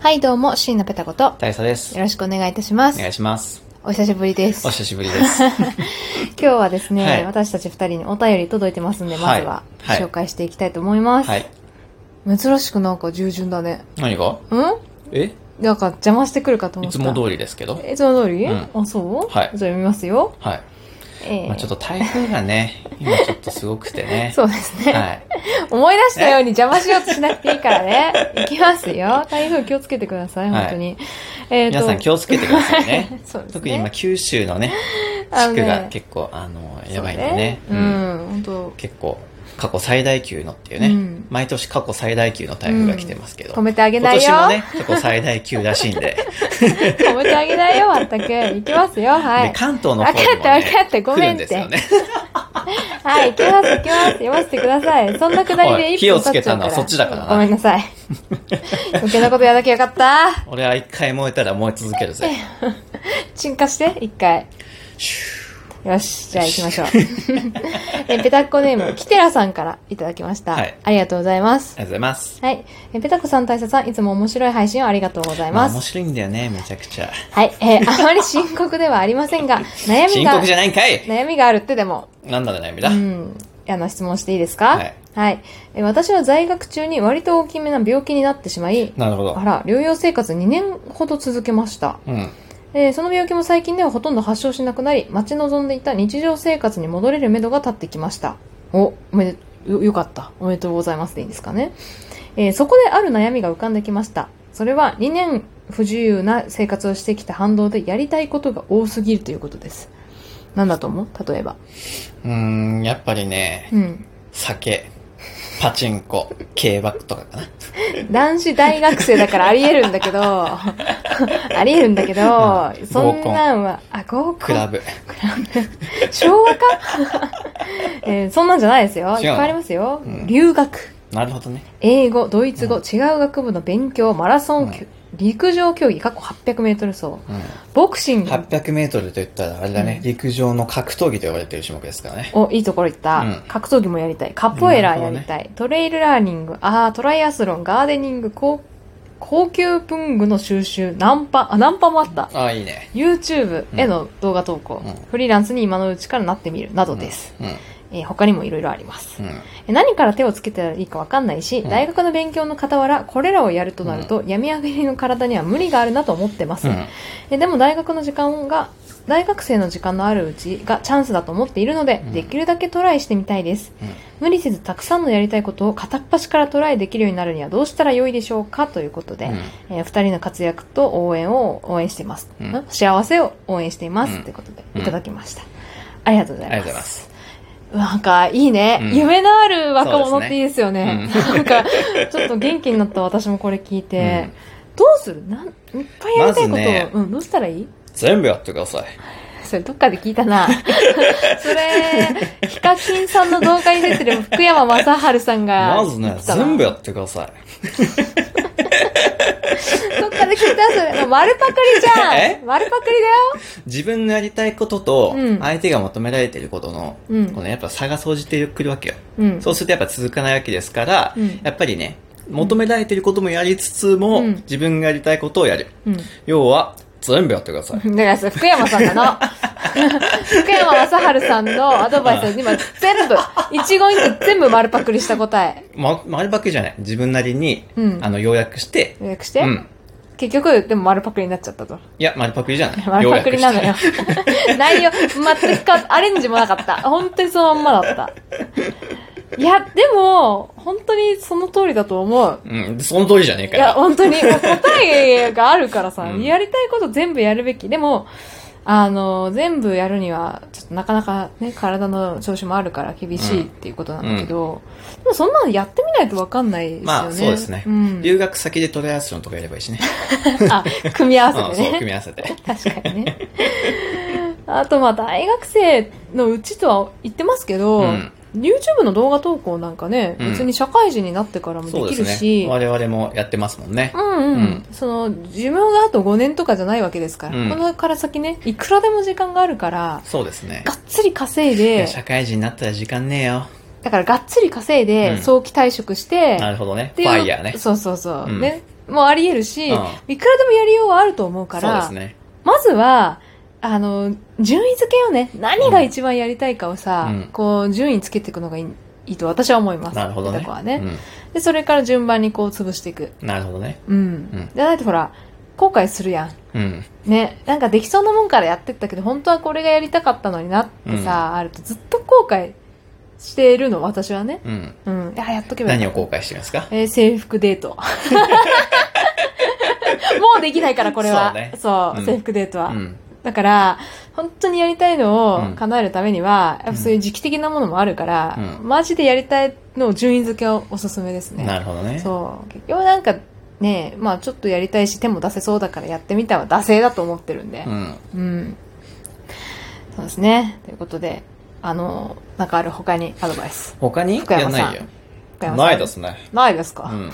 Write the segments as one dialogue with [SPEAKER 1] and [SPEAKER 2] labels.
[SPEAKER 1] はい、どうも、シーナペタこと。よ
[SPEAKER 2] 大佐です。
[SPEAKER 1] ろしくお願いいたしま
[SPEAKER 2] お
[SPEAKER 1] す
[SPEAKER 2] 願。いします。
[SPEAKER 1] お久しぶりです
[SPEAKER 2] お。久しぶり です。
[SPEAKER 1] 今日はですね、
[SPEAKER 2] はい
[SPEAKER 1] 私たち二人にお便り届いてますんで、まずは
[SPEAKER 2] はいはい
[SPEAKER 1] 紹介していきたいと思います。
[SPEAKER 2] はい。
[SPEAKER 1] 珍しくなんか従順だね。
[SPEAKER 2] 何が
[SPEAKER 1] ん
[SPEAKER 2] え
[SPEAKER 1] なんか邪魔してくるかと
[SPEAKER 2] い
[SPEAKER 1] 思った。
[SPEAKER 2] つも通りですけど。
[SPEAKER 1] り。いつも通り、
[SPEAKER 2] うん
[SPEAKER 1] あ、そう
[SPEAKER 2] はい
[SPEAKER 1] じゃあ読みますよ。
[SPEAKER 2] はい。
[SPEAKER 1] えー
[SPEAKER 2] まあちょっと台風がね、今ちょっとすごくてね。
[SPEAKER 1] そうですね、
[SPEAKER 2] はい。
[SPEAKER 1] 思い出したように邪魔しようとしなくていいから ね。いきますよ。台風気をつけてください、
[SPEAKER 2] はい
[SPEAKER 1] 本当に。えーと。
[SPEAKER 2] 皆さん気をつけてくださいね
[SPEAKER 1] そうですね。
[SPEAKER 2] 特に今九州のね、
[SPEAKER 1] あ
[SPEAKER 2] 地
[SPEAKER 1] の
[SPEAKER 2] 区
[SPEAKER 1] ね
[SPEAKER 2] が結構、あの、やばいんでね。
[SPEAKER 1] そううんん、本当
[SPEAKER 2] 結構、過去最大級のっていうね、
[SPEAKER 1] うん
[SPEAKER 2] 毎年過去最大級の台風が来てますけど。
[SPEAKER 1] 止めてあげ
[SPEAKER 2] 今
[SPEAKER 1] ないよ。
[SPEAKER 2] 年もね、過去最大級らしいんで。
[SPEAKER 1] 止めてあげないよ、まったく。いきますよ、 は
[SPEAKER 2] で
[SPEAKER 1] い、。
[SPEAKER 2] 関東の方にも、ね、
[SPEAKER 1] 分かった分かったごめんって
[SPEAKER 2] 来るんですよね。
[SPEAKER 1] はい、いきます、いきます。読ませてください。そんなくだり
[SPEAKER 2] お
[SPEAKER 1] で
[SPEAKER 2] い
[SPEAKER 1] 一本
[SPEAKER 2] 火をつ
[SPEAKER 1] 取
[SPEAKER 2] け
[SPEAKER 1] っちゃ
[SPEAKER 2] た
[SPEAKER 1] う
[SPEAKER 2] の
[SPEAKER 1] から。
[SPEAKER 2] はそっちだからな
[SPEAKER 1] ごめんなさい。余計なことやだけよかった。
[SPEAKER 2] 俺は一回燃えたら燃え続けるぜ。
[SPEAKER 1] 沈下して、一回。よし、じゃあ行きましょう。えペタッコネーム、キテラさんからいただきました。
[SPEAKER 2] はい
[SPEAKER 1] ありがとうございます
[SPEAKER 2] あ。りがとうございます。
[SPEAKER 1] はい。えペタコさん、大佐さん、いつも面白い配信をありがとうござい
[SPEAKER 2] まあ
[SPEAKER 1] ます。
[SPEAKER 2] 面白いんだよね、めちゃくちゃ。
[SPEAKER 1] はい。えーあまり深刻ではありませんが、悩み
[SPEAKER 2] 深
[SPEAKER 1] が
[SPEAKER 2] 刻じ、ゃないんかい
[SPEAKER 1] 悩みがあるってでも、
[SPEAKER 2] なんだね、悩みだ
[SPEAKER 1] う。ん。あの、質問していいですか
[SPEAKER 2] はい。
[SPEAKER 1] え私は在学中に割と大きめな病気になってしまい、
[SPEAKER 2] なるほど
[SPEAKER 1] あ。ら、療養生活2年ほど続けました。
[SPEAKER 2] うん。
[SPEAKER 1] えーその病気も最近ではほとんど発症しなくなり、待ち望んでいた日常生活に戻れる目処が立ってきました。お、おめで、よ、よかった。おめでとうございますでいいんですかね。えーそこである悩みが浮かんできました。それは2年不自由な生活をしてきた反動でやりたいことが多すぎるということです。なんだと思う例えば。
[SPEAKER 2] うーん、やっぱりね、
[SPEAKER 1] うん。
[SPEAKER 2] 酒、パチンコ、競馬とかかな。
[SPEAKER 1] 男子大学生だからあり得るんだ けど、あり得るんだけど、
[SPEAKER 2] うん
[SPEAKER 1] そんなんは、あ、合コン。
[SPEAKER 2] クラブ。
[SPEAKER 1] 昭和か、 えーそんなんじゃないですよ。い
[SPEAKER 2] 違うの
[SPEAKER 1] っぱいありますよ。
[SPEAKER 2] うん
[SPEAKER 1] 留学、
[SPEAKER 2] なるほどね。
[SPEAKER 1] 英語、ドイツ語、違う学部の勉強、マラソン、
[SPEAKER 2] うん
[SPEAKER 1] 陸上競技、過去800メートル走、
[SPEAKER 2] うん。
[SPEAKER 1] ボクシング。
[SPEAKER 2] 800メートルといったら、あれだね、陸上の格闘技と呼ばれてる種目ですからね。
[SPEAKER 1] お、いいところ行った、
[SPEAKER 2] うん
[SPEAKER 1] 格闘技もやりたい。カポエラやりたい。トレイルラーニング、あートライアスロン、ガーデニング、高高級文具の収集、ナンパ、あ、ナンパもあった。
[SPEAKER 2] ああ、いいね。
[SPEAKER 1] YouTube への動画投稿、
[SPEAKER 2] うん
[SPEAKER 1] フリーランスに今のうちからなってみる、などです。
[SPEAKER 2] うん。
[SPEAKER 1] えー他にもいろいろあります。
[SPEAKER 2] うん。
[SPEAKER 1] 何から手をつけたらいいかわかんないし、
[SPEAKER 2] うん
[SPEAKER 1] 大学の勉強の傍ら、これらをやるとなると、病み上がりの体には無理があるなと思ってます。
[SPEAKER 2] うん。
[SPEAKER 1] えでも大学の時間が、大学生の時間のあるうちがチャンスだと思っているので、
[SPEAKER 2] うん
[SPEAKER 1] できるだけトライしてみたいです。
[SPEAKER 2] うん
[SPEAKER 1] 無理せずたくさんのやりたいことを片っ端からトライできるようになるにはどうしたらよいでしょうかということで、えー二人の活躍と応援を応援しています。
[SPEAKER 2] うん
[SPEAKER 1] ん幸せを応援しています。
[SPEAKER 2] うん
[SPEAKER 1] ということで、
[SPEAKER 2] うん
[SPEAKER 1] いただきました。ありがとうござい
[SPEAKER 2] あ
[SPEAKER 1] ます。
[SPEAKER 2] りがとうございます。
[SPEAKER 1] なんか、いいね、
[SPEAKER 2] うん
[SPEAKER 1] 夢のある若
[SPEAKER 2] そ
[SPEAKER 1] 者
[SPEAKER 2] うですね
[SPEAKER 1] っていいですよね。なんか、ちょっと元気になった私もこれ聞いて。どうするなん、いっぱいやりたいことを、
[SPEAKER 2] まずね
[SPEAKER 1] うん、どうしたらいい
[SPEAKER 2] 全部やってください。
[SPEAKER 1] それ、どっかで聞いた な。それ、ヒカキンさんの動画に出てる福山雅治さんが。
[SPEAKER 2] まずね、全部やってください。
[SPEAKER 1] どっかで聞いた、それ。丸パクリじゃ
[SPEAKER 2] え
[SPEAKER 1] ん丸パクリ
[SPEAKER 2] 自分のやりたいことと
[SPEAKER 1] うん、
[SPEAKER 2] 相手が求められていることの、
[SPEAKER 1] うん
[SPEAKER 2] このやっぱ差が生じてくるわけよ。
[SPEAKER 1] だようん。
[SPEAKER 2] そうするとやっぱ続かないわけですから、
[SPEAKER 1] うん
[SPEAKER 2] やっぱりね、求められてることもやりつつも、
[SPEAKER 1] うん
[SPEAKER 2] 自分がやりたいことをやる。
[SPEAKER 1] うん。
[SPEAKER 2] 要は、全部やってください。
[SPEAKER 1] だからそれ福山さんだな。福山雅治さんのアドバイスを今全部、一言一句全部丸パクリした答え。
[SPEAKER 2] ま、丸ばけじゃない。自分なりに、
[SPEAKER 1] うん
[SPEAKER 2] あの、要約して、
[SPEAKER 1] 予約して、
[SPEAKER 2] うん。
[SPEAKER 1] 結局、でも丸パクリになっちゃったと。
[SPEAKER 2] いや、丸パクリじゃない。
[SPEAKER 1] 丸パクリなの
[SPEAKER 2] 要
[SPEAKER 1] よ
[SPEAKER 2] 約し。
[SPEAKER 1] 内容、全くか、アレンジもなかった。本当にそのまんまだった。いや、でも、本当にその通りだと思う。
[SPEAKER 2] て。うん、その通りじゃねえ
[SPEAKER 1] い
[SPEAKER 2] か
[SPEAKER 1] や、
[SPEAKER 2] よ。
[SPEAKER 1] 本当に、もう答えがあるからさ、
[SPEAKER 2] うん
[SPEAKER 1] やりたいこと全部やるべき。でも、あの、全部やるには、ちょっとなかなかね、体の調子もあるから厳しいっていうことなんだけど、でもそんなのやってみないとわかんないですよね。
[SPEAKER 2] まあ、そうですね、
[SPEAKER 1] うん。
[SPEAKER 2] 留学先でトライアスロンとかやればいいしね。
[SPEAKER 1] あ、組み合
[SPEAKER 2] うん
[SPEAKER 1] わ、せ
[SPEAKER 2] そう、
[SPEAKER 1] てね
[SPEAKER 2] 組。み合わせて。
[SPEAKER 1] 確かにね。あと、まあ、大学生のうちとは言ってますけど、
[SPEAKER 2] うん
[SPEAKER 1] YouTube の動画投稿なんかね、
[SPEAKER 2] うん
[SPEAKER 1] 別に社会人になってからも
[SPEAKER 2] そう
[SPEAKER 1] できる
[SPEAKER 2] ですね。
[SPEAKER 1] し、
[SPEAKER 2] 我々もやってますもんね
[SPEAKER 1] う。んうん、
[SPEAKER 2] うん
[SPEAKER 1] その、寿命があと5年とかじゃないわけですから、
[SPEAKER 2] うん
[SPEAKER 1] このから先ね、いくらでも時間があるから、
[SPEAKER 2] そうですね。
[SPEAKER 1] がっつり稼い
[SPEAKER 2] い
[SPEAKER 1] で
[SPEAKER 2] や、社会人になったら時間ねえよ。
[SPEAKER 1] だからがっつり稼いで、
[SPEAKER 2] うん
[SPEAKER 1] 早期退職して、
[SPEAKER 2] なるほどね。
[SPEAKER 1] っ
[SPEAKER 2] フ
[SPEAKER 1] ていう
[SPEAKER 2] ァイヤーね。
[SPEAKER 1] そうそうそう。
[SPEAKER 2] うん
[SPEAKER 1] ね。もあり得るし、
[SPEAKER 2] うん
[SPEAKER 1] いくらでもやりようはあると思うか
[SPEAKER 2] そうで
[SPEAKER 1] ら、
[SPEAKER 2] すね。
[SPEAKER 1] まずは、あの、順位付けをね、何が一番やりたいかをさ、
[SPEAKER 2] うん
[SPEAKER 1] こう、順位つけていくのがいいいいと私は思います。
[SPEAKER 2] なるほど
[SPEAKER 1] ペタ
[SPEAKER 2] ね
[SPEAKER 1] コは。ね、
[SPEAKER 2] う
[SPEAKER 1] で、それから順番にこう潰していく。
[SPEAKER 2] ん。なるほどね。
[SPEAKER 1] うん。
[SPEAKER 2] ん
[SPEAKER 1] じゃないとほら、後悔するやん。
[SPEAKER 2] うん。
[SPEAKER 1] ね、なんかできそうなもんからやってったけど、本当はこれがやりたかったのになってさ、あるとずっと後悔しているの、私はね。
[SPEAKER 2] うん。
[SPEAKER 1] うん。いや、やっとけばよか
[SPEAKER 2] 何
[SPEAKER 1] っ
[SPEAKER 2] を後悔してるんですか
[SPEAKER 1] たえー制服デート。も うできないから、これは。
[SPEAKER 2] そうね
[SPEAKER 1] そう
[SPEAKER 2] うん
[SPEAKER 1] 制服デートは。
[SPEAKER 2] うん。
[SPEAKER 1] だから、本当にやりたいの
[SPEAKER 2] う
[SPEAKER 1] を
[SPEAKER 2] ん
[SPEAKER 1] 叶えるためには、やっぱそういう時期的なものもあるから、
[SPEAKER 2] うん
[SPEAKER 1] マジでやりたいのを順位付けをおすすめですね。
[SPEAKER 2] なるほどね。
[SPEAKER 1] そう。結局なんかね、まあちょっとやりたいし、手も出せそうだからやってみたは惰性だと思ってるんで
[SPEAKER 2] う。ん。
[SPEAKER 1] うん。そうですね。ということで、あの、なんかある他にアドバイス。
[SPEAKER 2] 他に
[SPEAKER 1] 福山さん
[SPEAKER 2] いや
[SPEAKER 1] 福
[SPEAKER 2] ないよ。
[SPEAKER 1] 山さん
[SPEAKER 2] ないですね。
[SPEAKER 1] ないです
[SPEAKER 2] う
[SPEAKER 1] か、
[SPEAKER 2] ん。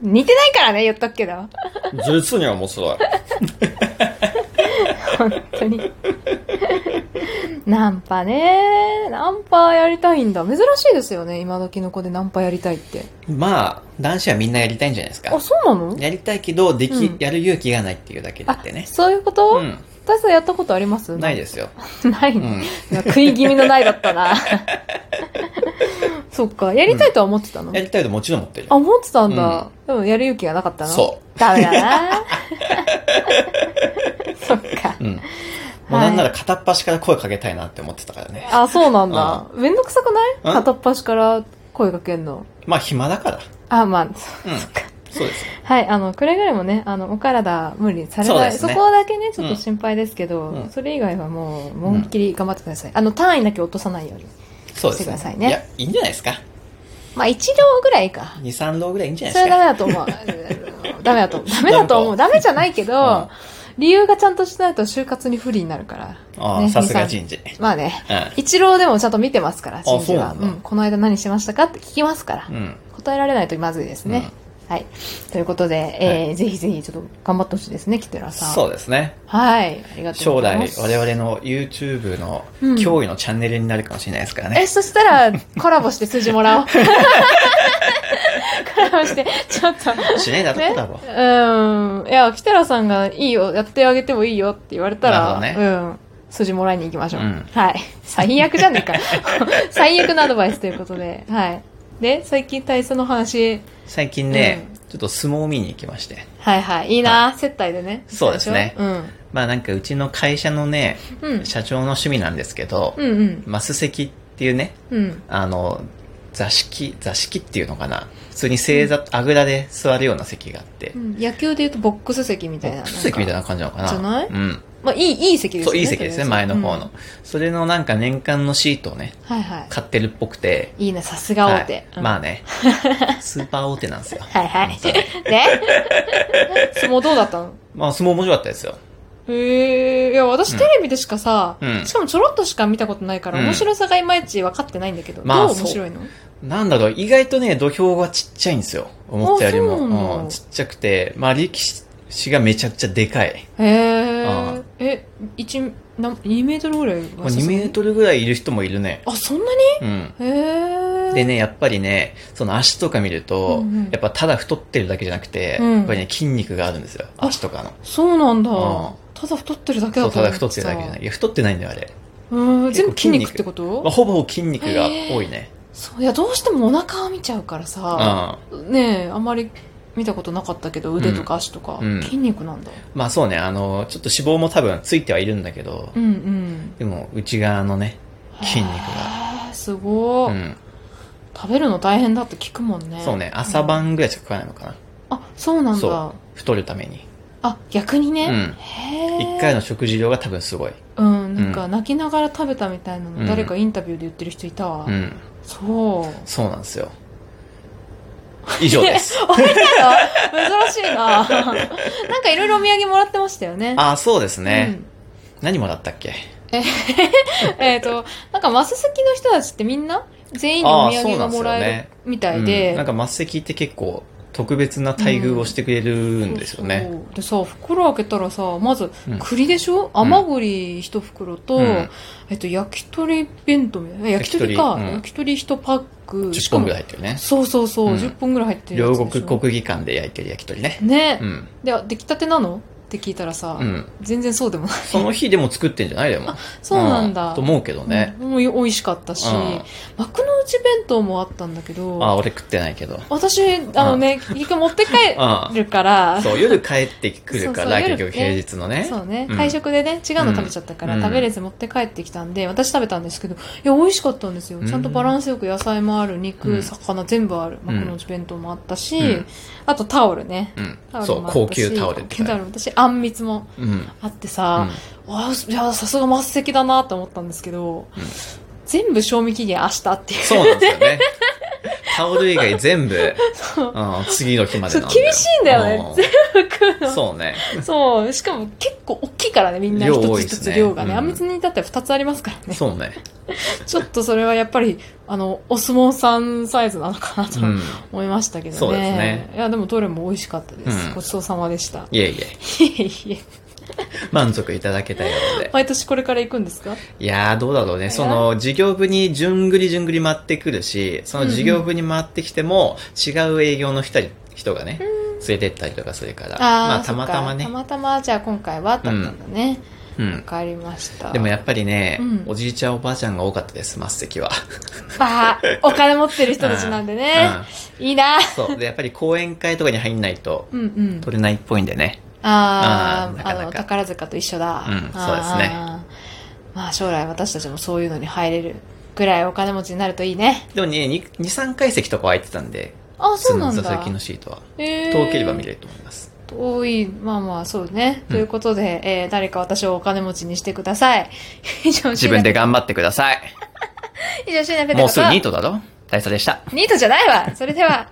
[SPEAKER 1] 似てないからね、言っとくけど。
[SPEAKER 2] 実に面白い。
[SPEAKER 1] 本当に。 ナンパね。ナンパやりたいんだ。珍しいですよね。今時の子でナンパやりたいって。
[SPEAKER 2] まあ、男子はみんなやりたいんじゃないですか
[SPEAKER 1] あ、。そうなの
[SPEAKER 2] やりたいけど、でき
[SPEAKER 1] うん、
[SPEAKER 2] やる勇気がないっていうだけでってね。
[SPEAKER 1] そういうこと、
[SPEAKER 2] う
[SPEAKER 1] 私さんやったことあります
[SPEAKER 2] ん。ないですよ。
[SPEAKER 1] す。ない、
[SPEAKER 2] う
[SPEAKER 1] ね
[SPEAKER 2] ん。
[SPEAKER 1] 食い気味のないだった な。そっか。やりたいとは思ってたの、
[SPEAKER 2] やりたいともちろん持ってる
[SPEAKER 1] あ、。思ってたんだ。でもやる勇気がなかったの
[SPEAKER 2] そ
[SPEAKER 1] ダメ だな。そっか。
[SPEAKER 2] う。うん。もうなんなら片っ端から声かけたいなって思ってたからね。
[SPEAKER 1] あ、そうなんだ。めんどくさくない
[SPEAKER 2] うん
[SPEAKER 1] 片っ端から声かけんの。
[SPEAKER 2] まあ、暇だから。
[SPEAKER 1] あ、まあ、そ
[SPEAKER 2] うん
[SPEAKER 1] そっか。
[SPEAKER 2] そうですよ。
[SPEAKER 1] はい、あの、くれぐれもね、あの、お体無理され
[SPEAKER 2] そう
[SPEAKER 1] な
[SPEAKER 2] で
[SPEAKER 1] い。
[SPEAKER 2] す
[SPEAKER 1] そ,、
[SPEAKER 2] ね
[SPEAKER 1] こだけね、ちょっ
[SPEAKER 2] う
[SPEAKER 1] と
[SPEAKER 2] ん
[SPEAKER 1] 心配ですけど、
[SPEAKER 2] うん
[SPEAKER 1] それ以外はもう、思いっきり頑張ってください。あの、単位だけ落とさないように。
[SPEAKER 2] そうで
[SPEAKER 1] してくださ
[SPEAKER 2] す
[SPEAKER 1] いね
[SPEAKER 2] いや、いいんじゃないですか。
[SPEAKER 1] まあ、一両ぐらいか。
[SPEAKER 2] 2、3浪ぐらいいいんじゃない
[SPEAKER 1] そ
[SPEAKER 2] で
[SPEAKER 1] れ
[SPEAKER 2] す
[SPEAKER 1] はダ
[SPEAKER 2] か。
[SPEAKER 1] メだと思 う。ダメだと思う。ダメだと思う。ダメじゃないけど、
[SPEAKER 2] うん
[SPEAKER 1] 理由がちゃんとしないと就活に不利になるから。
[SPEAKER 2] あ
[SPEAKER 1] ね
[SPEAKER 2] あ、さすが
[SPEAKER 1] 二三
[SPEAKER 2] 人事。
[SPEAKER 1] まあね。
[SPEAKER 2] う
[SPEAKER 1] 一郎でもちゃんと見てますから、人事は。
[SPEAKER 2] そうなんだ
[SPEAKER 1] この間何しましたかって聞きますから。
[SPEAKER 2] ん。うん。
[SPEAKER 1] 答えられないとまずいですね。はい。ということで、えーぜひぜひちょっと頑張ってほしいですね、キテラさん。
[SPEAKER 2] そうですね。
[SPEAKER 1] はい。ありがとう
[SPEAKER 2] 将
[SPEAKER 1] ございま
[SPEAKER 2] 来、
[SPEAKER 1] す。
[SPEAKER 2] 我々の YouTube の
[SPEAKER 1] うん
[SPEAKER 2] 脅威のチャンネルになるかもしれないですか
[SPEAKER 1] え、
[SPEAKER 2] らね。
[SPEAKER 1] そしたら、コラボして数字も らおう。コラボして、ちょっと。
[SPEAKER 2] しないだろ、
[SPEAKER 1] ね、
[SPEAKER 2] コラボ。
[SPEAKER 1] うん。いや、キテラさんがいいよ、やってあげてもいいよって言われたら、
[SPEAKER 2] なるほ
[SPEAKER 1] うん。数字もらいに行きましょう。
[SPEAKER 2] うん
[SPEAKER 1] はい。最悪じゃねえか。 最悪のアドバイスということで、はい。で、最近体操の話、
[SPEAKER 2] 最近ね
[SPEAKER 1] う、
[SPEAKER 2] ちょっと相撲を見に行きまして。
[SPEAKER 1] はいはい。いいな、接待でね。
[SPEAKER 2] そうですね
[SPEAKER 1] うん。
[SPEAKER 2] まあなんかうちの会社のね、
[SPEAKER 1] うん。
[SPEAKER 2] 社長の趣味なんですけど、
[SPEAKER 1] うんうん。
[SPEAKER 2] マス席っていうね、
[SPEAKER 1] うん。
[SPEAKER 2] あの、座敷、座敷っていうのかな。普通に正座、あぐらで座るような席があって、
[SPEAKER 1] うん野球で言うとボックス席み
[SPEAKER 2] ボ
[SPEAKER 1] たいな。
[SPEAKER 2] ックス席みたい
[SPEAKER 1] な
[SPEAKER 2] な感じなのかな。
[SPEAKER 1] じゃない
[SPEAKER 2] うん。
[SPEAKER 1] んか。まあ、いい、いい席ですね。
[SPEAKER 2] そう、いい席ですね、
[SPEAKER 1] とりあ
[SPEAKER 2] 前
[SPEAKER 1] えず
[SPEAKER 2] の方の。。それのなんか年間のシートをね
[SPEAKER 1] う、んはいはい。
[SPEAKER 2] 買ってるっぽくて、
[SPEAKER 1] いいね、さすが大
[SPEAKER 2] は
[SPEAKER 1] 手
[SPEAKER 2] い。
[SPEAKER 1] うん
[SPEAKER 2] ま あね、スーパー大手なんですよ。
[SPEAKER 1] はいはい
[SPEAKER 2] 本当に。
[SPEAKER 1] ね相撲どうだったの
[SPEAKER 2] まあ相撲面白かったですよ。
[SPEAKER 1] へえ、いや、私
[SPEAKER 2] うん
[SPEAKER 1] テレビでしかさ、
[SPEAKER 2] うん
[SPEAKER 1] しかもちょろっとしか見たことないから、
[SPEAKER 2] うん
[SPEAKER 1] 面白さがいまいち分かってないんだけど、
[SPEAKER 2] まあ
[SPEAKER 1] どう面白いの
[SPEAKER 2] なんだろう、意外とね、土俵がちっちゃいんですよ。思ったより
[SPEAKER 1] あそうなんだ
[SPEAKER 2] も。うんちっちゃくて、まあ力士がめちゃくちゃでかい。
[SPEAKER 1] へ
[SPEAKER 2] う
[SPEAKER 1] え
[SPEAKER 2] ん、
[SPEAKER 1] え、一、な、2メートルぐらい
[SPEAKER 2] もう2メートルぐらいいる人もいるね。
[SPEAKER 1] ルあ、そんな
[SPEAKER 2] うん。
[SPEAKER 1] にへえ。
[SPEAKER 2] でね、やっぱりね、その足とか見る
[SPEAKER 1] うん
[SPEAKER 2] と、
[SPEAKER 1] うん
[SPEAKER 2] やっぱただ太ってるだけじゃなくて、
[SPEAKER 1] うん
[SPEAKER 2] やっぱりね、筋肉があるんですよ。足とかの。
[SPEAKER 1] そうなんだ
[SPEAKER 2] うん。
[SPEAKER 1] ただ太ってるだけ
[SPEAKER 2] そ
[SPEAKER 1] だ
[SPEAKER 2] う、
[SPEAKER 1] と
[SPEAKER 2] た
[SPEAKER 1] 思
[SPEAKER 2] だ
[SPEAKER 1] って
[SPEAKER 2] 太
[SPEAKER 1] た
[SPEAKER 2] ってるだけじゃない。いや、太ってないんだよ、あれ。
[SPEAKER 1] うん、全部
[SPEAKER 2] 結構
[SPEAKER 1] 筋
[SPEAKER 2] 筋肉
[SPEAKER 1] 肉ってこ
[SPEAKER 2] まあ、
[SPEAKER 1] と
[SPEAKER 2] ほぼ筋肉が多いね。
[SPEAKER 1] そう、いや、どうしてもお腹は見ちゃうから
[SPEAKER 2] うん。
[SPEAKER 1] さ、
[SPEAKER 2] ま
[SPEAKER 1] ねえ、あんまり見たことなかったけど、腕とか足とか
[SPEAKER 2] う、ん
[SPEAKER 1] 筋肉なんだ。
[SPEAKER 2] あそうね、あの、ちょっと脂肪も多分ついてはいるんだけど、
[SPEAKER 1] うんうん。
[SPEAKER 2] でも、内側のね、筋肉が。
[SPEAKER 1] がすご
[SPEAKER 2] う
[SPEAKER 1] い、
[SPEAKER 2] ん。
[SPEAKER 1] 食べるの大変だって聞くもんね
[SPEAKER 2] そうね、朝晩ぐらいしか食わないのかな。
[SPEAKER 1] あそうなんだ
[SPEAKER 2] そ太るために。
[SPEAKER 1] あ逆にね、
[SPEAKER 2] うん
[SPEAKER 1] へえ
[SPEAKER 2] 一回の食事量が多分すごい。
[SPEAKER 1] うんなんか泣きながら食べたみたいなの、
[SPEAKER 2] うん
[SPEAKER 1] 誰かインタビューで言ってる人いたわ、
[SPEAKER 2] うん。
[SPEAKER 1] そう
[SPEAKER 2] そうなんですよ。以 上です。
[SPEAKER 1] 珍しいな なんかいろいろお土産もらってましたよね
[SPEAKER 2] ああ、そうですね。何もらったっけ
[SPEAKER 1] うんえっ、となんかマス好きの人たちってみんな全員にお土産がもらえるみたいで、
[SPEAKER 2] うんなんか末席って結構特別な待遇をしてくれるんですよね。
[SPEAKER 1] そうそうでさ、袋開けたらさ、まず
[SPEAKER 2] うん、
[SPEAKER 1] 栗でしょ、甘栗一袋と、
[SPEAKER 2] うん
[SPEAKER 1] えっと、焼き鳥弁当みたいな。焼き鳥か。
[SPEAKER 2] 焼き鳥うん
[SPEAKER 1] 焼き鳥一パック。
[SPEAKER 2] 10本ぐらい
[SPEAKER 1] い。
[SPEAKER 2] 入ってるね。
[SPEAKER 1] そうそうそう、
[SPEAKER 2] うん
[SPEAKER 1] 10本ぐらい入ってるや
[SPEAKER 2] 両
[SPEAKER 1] つでしょ。
[SPEAKER 2] 国国技館で焼いてる焼き鳥ね。
[SPEAKER 1] ね、
[SPEAKER 2] うん。
[SPEAKER 1] で、あ出来たてなのって聞いたらさ、
[SPEAKER 2] うん。
[SPEAKER 1] 全然そうでもない。
[SPEAKER 2] その日でも作ってんじゃないでも。
[SPEAKER 1] そうなんだ。
[SPEAKER 2] と思うけどね。
[SPEAKER 1] うん。もう美味しかったし、
[SPEAKER 2] うん
[SPEAKER 1] 幕の内弁当もあったんだけど、
[SPEAKER 2] あ、俺食ってないけど。
[SPEAKER 1] 私、あのね、結局持って帰
[SPEAKER 2] う
[SPEAKER 1] るから、
[SPEAKER 2] ん。そう、夜帰ってくる
[SPEAKER 1] そうそ
[SPEAKER 2] か
[SPEAKER 1] う
[SPEAKER 2] ら、
[SPEAKER 1] 夜
[SPEAKER 2] 結局平日のね。
[SPEAKER 1] そうね、
[SPEAKER 2] ん
[SPEAKER 1] 会食でね、違うの食べちゃったから、
[SPEAKER 2] うん
[SPEAKER 1] 食べれず持って帰ってきたんで、私食べたんですけど、いや、美味しかったんですよ。
[SPEAKER 2] うん
[SPEAKER 1] ちゃんとバランスよく野菜もある、肉、
[SPEAKER 2] うん
[SPEAKER 1] 魚全部ある、
[SPEAKER 2] うん
[SPEAKER 1] 幕の内弁当もあったし、
[SPEAKER 2] うん
[SPEAKER 1] あとタオルね。タ
[SPEAKER 2] う
[SPEAKER 1] オル
[SPEAKER 2] ん。そ
[SPEAKER 1] もあ
[SPEAKER 2] う、
[SPEAKER 1] ったし
[SPEAKER 2] 高級タオルっ
[SPEAKER 1] 高
[SPEAKER 2] て
[SPEAKER 1] 級タオル。私、あんみつも
[SPEAKER 2] うん。うん
[SPEAKER 1] あってさ、わあ、いや、さすが末席だなと思ったんですけど、
[SPEAKER 2] うん
[SPEAKER 1] 全部賞味期限明日っていう。
[SPEAKER 2] そうなんですよね。タオル以外全部、 うん、次の日までなんだ
[SPEAKER 1] そ
[SPEAKER 2] よ。
[SPEAKER 1] う厳しいんだよね
[SPEAKER 2] うん
[SPEAKER 1] 全食うの
[SPEAKER 2] そうね。
[SPEAKER 1] そう。しかも結構大きいからね、みんな
[SPEAKER 2] 量
[SPEAKER 1] 一
[SPEAKER 2] 多
[SPEAKER 1] つ
[SPEAKER 2] いで
[SPEAKER 1] 一
[SPEAKER 2] す
[SPEAKER 1] つ
[SPEAKER 2] ね
[SPEAKER 1] 量がね。
[SPEAKER 2] うん
[SPEAKER 1] あんみつに至っては二つありますからね。
[SPEAKER 2] そうね。
[SPEAKER 1] ちょっとそれはやっぱり、あの、お相撲さんサイズなのかなと
[SPEAKER 2] うん。
[SPEAKER 1] 思いましたけどね。
[SPEAKER 2] そうですね
[SPEAKER 1] いや、でもどれも美味しかったです。
[SPEAKER 2] うん
[SPEAKER 1] ごちそうさまで した。
[SPEAKER 2] いえいえ。
[SPEAKER 1] いえいえ。
[SPEAKER 2] 満足いただけたようで。
[SPEAKER 1] 毎年これから行くんですか
[SPEAKER 2] いやー、どうだろうね。その、事業部にじゅんぐりじゅんぐり回ってくるし、その事業部に回ってきても、違う営業の人に人がね、連れてったりとかするから、ま
[SPEAKER 1] ー
[SPEAKER 2] あ、
[SPEAKER 1] そ
[SPEAKER 2] た
[SPEAKER 1] っ
[SPEAKER 2] ま
[SPEAKER 1] か
[SPEAKER 2] たまね
[SPEAKER 1] た。またま、じゃあ今回はだったんだね。
[SPEAKER 2] う
[SPEAKER 1] わ
[SPEAKER 2] ん。
[SPEAKER 1] かりました。
[SPEAKER 2] でもやっぱりね、
[SPEAKER 1] うん
[SPEAKER 2] おじいちゃんおばあちゃんが多かったです、末 席は。
[SPEAKER 1] まあ、お金持ってる人たちなんでね。いいな。
[SPEAKER 2] そう。で、やっぱり講演会とかに入んないと、
[SPEAKER 1] うんうん。
[SPEAKER 2] 取れないっぽいんでね。
[SPEAKER 1] あ
[SPEAKER 2] あー
[SPEAKER 1] ー
[SPEAKER 2] な
[SPEAKER 1] あ
[SPEAKER 2] かなか
[SPEAKER 1] の宝塚と一緒だ、
[SPEAKER 2] うんそうですね
[SPEAKER 1] あーまあ将来私たちもそういうのに入れるぐらいお金持ちになるといいね
[SPEAKER 2] でもね、2、3階席とか空いてたんで、
[SPEAKER 1] あそうなん
[SPEAKER 2] 普
[SPEAKER 1] だ
[SPEAKER 2] 通の座席のシートは。
[SPEAKER 1] えー
[SPEAKER 2] 遠ければ見れると思います。
[SPEAKER 1] 遠いまあまあそうね、
[SPEAKER 2] うん
[SPEAKER 1] ということで、えー誰か私をお金持ちにしてください以上
[SPEAKER 2] 自分で頑張ってください。
[SPEAKER 1] 以上シーナペタ
[SPEAKER 2] もうすぐニー
[SPEAKER 1] ト
[SPEAKER 2] トだろ大佐でした。
[SPEAKER 1] ニートじゃないわそれでは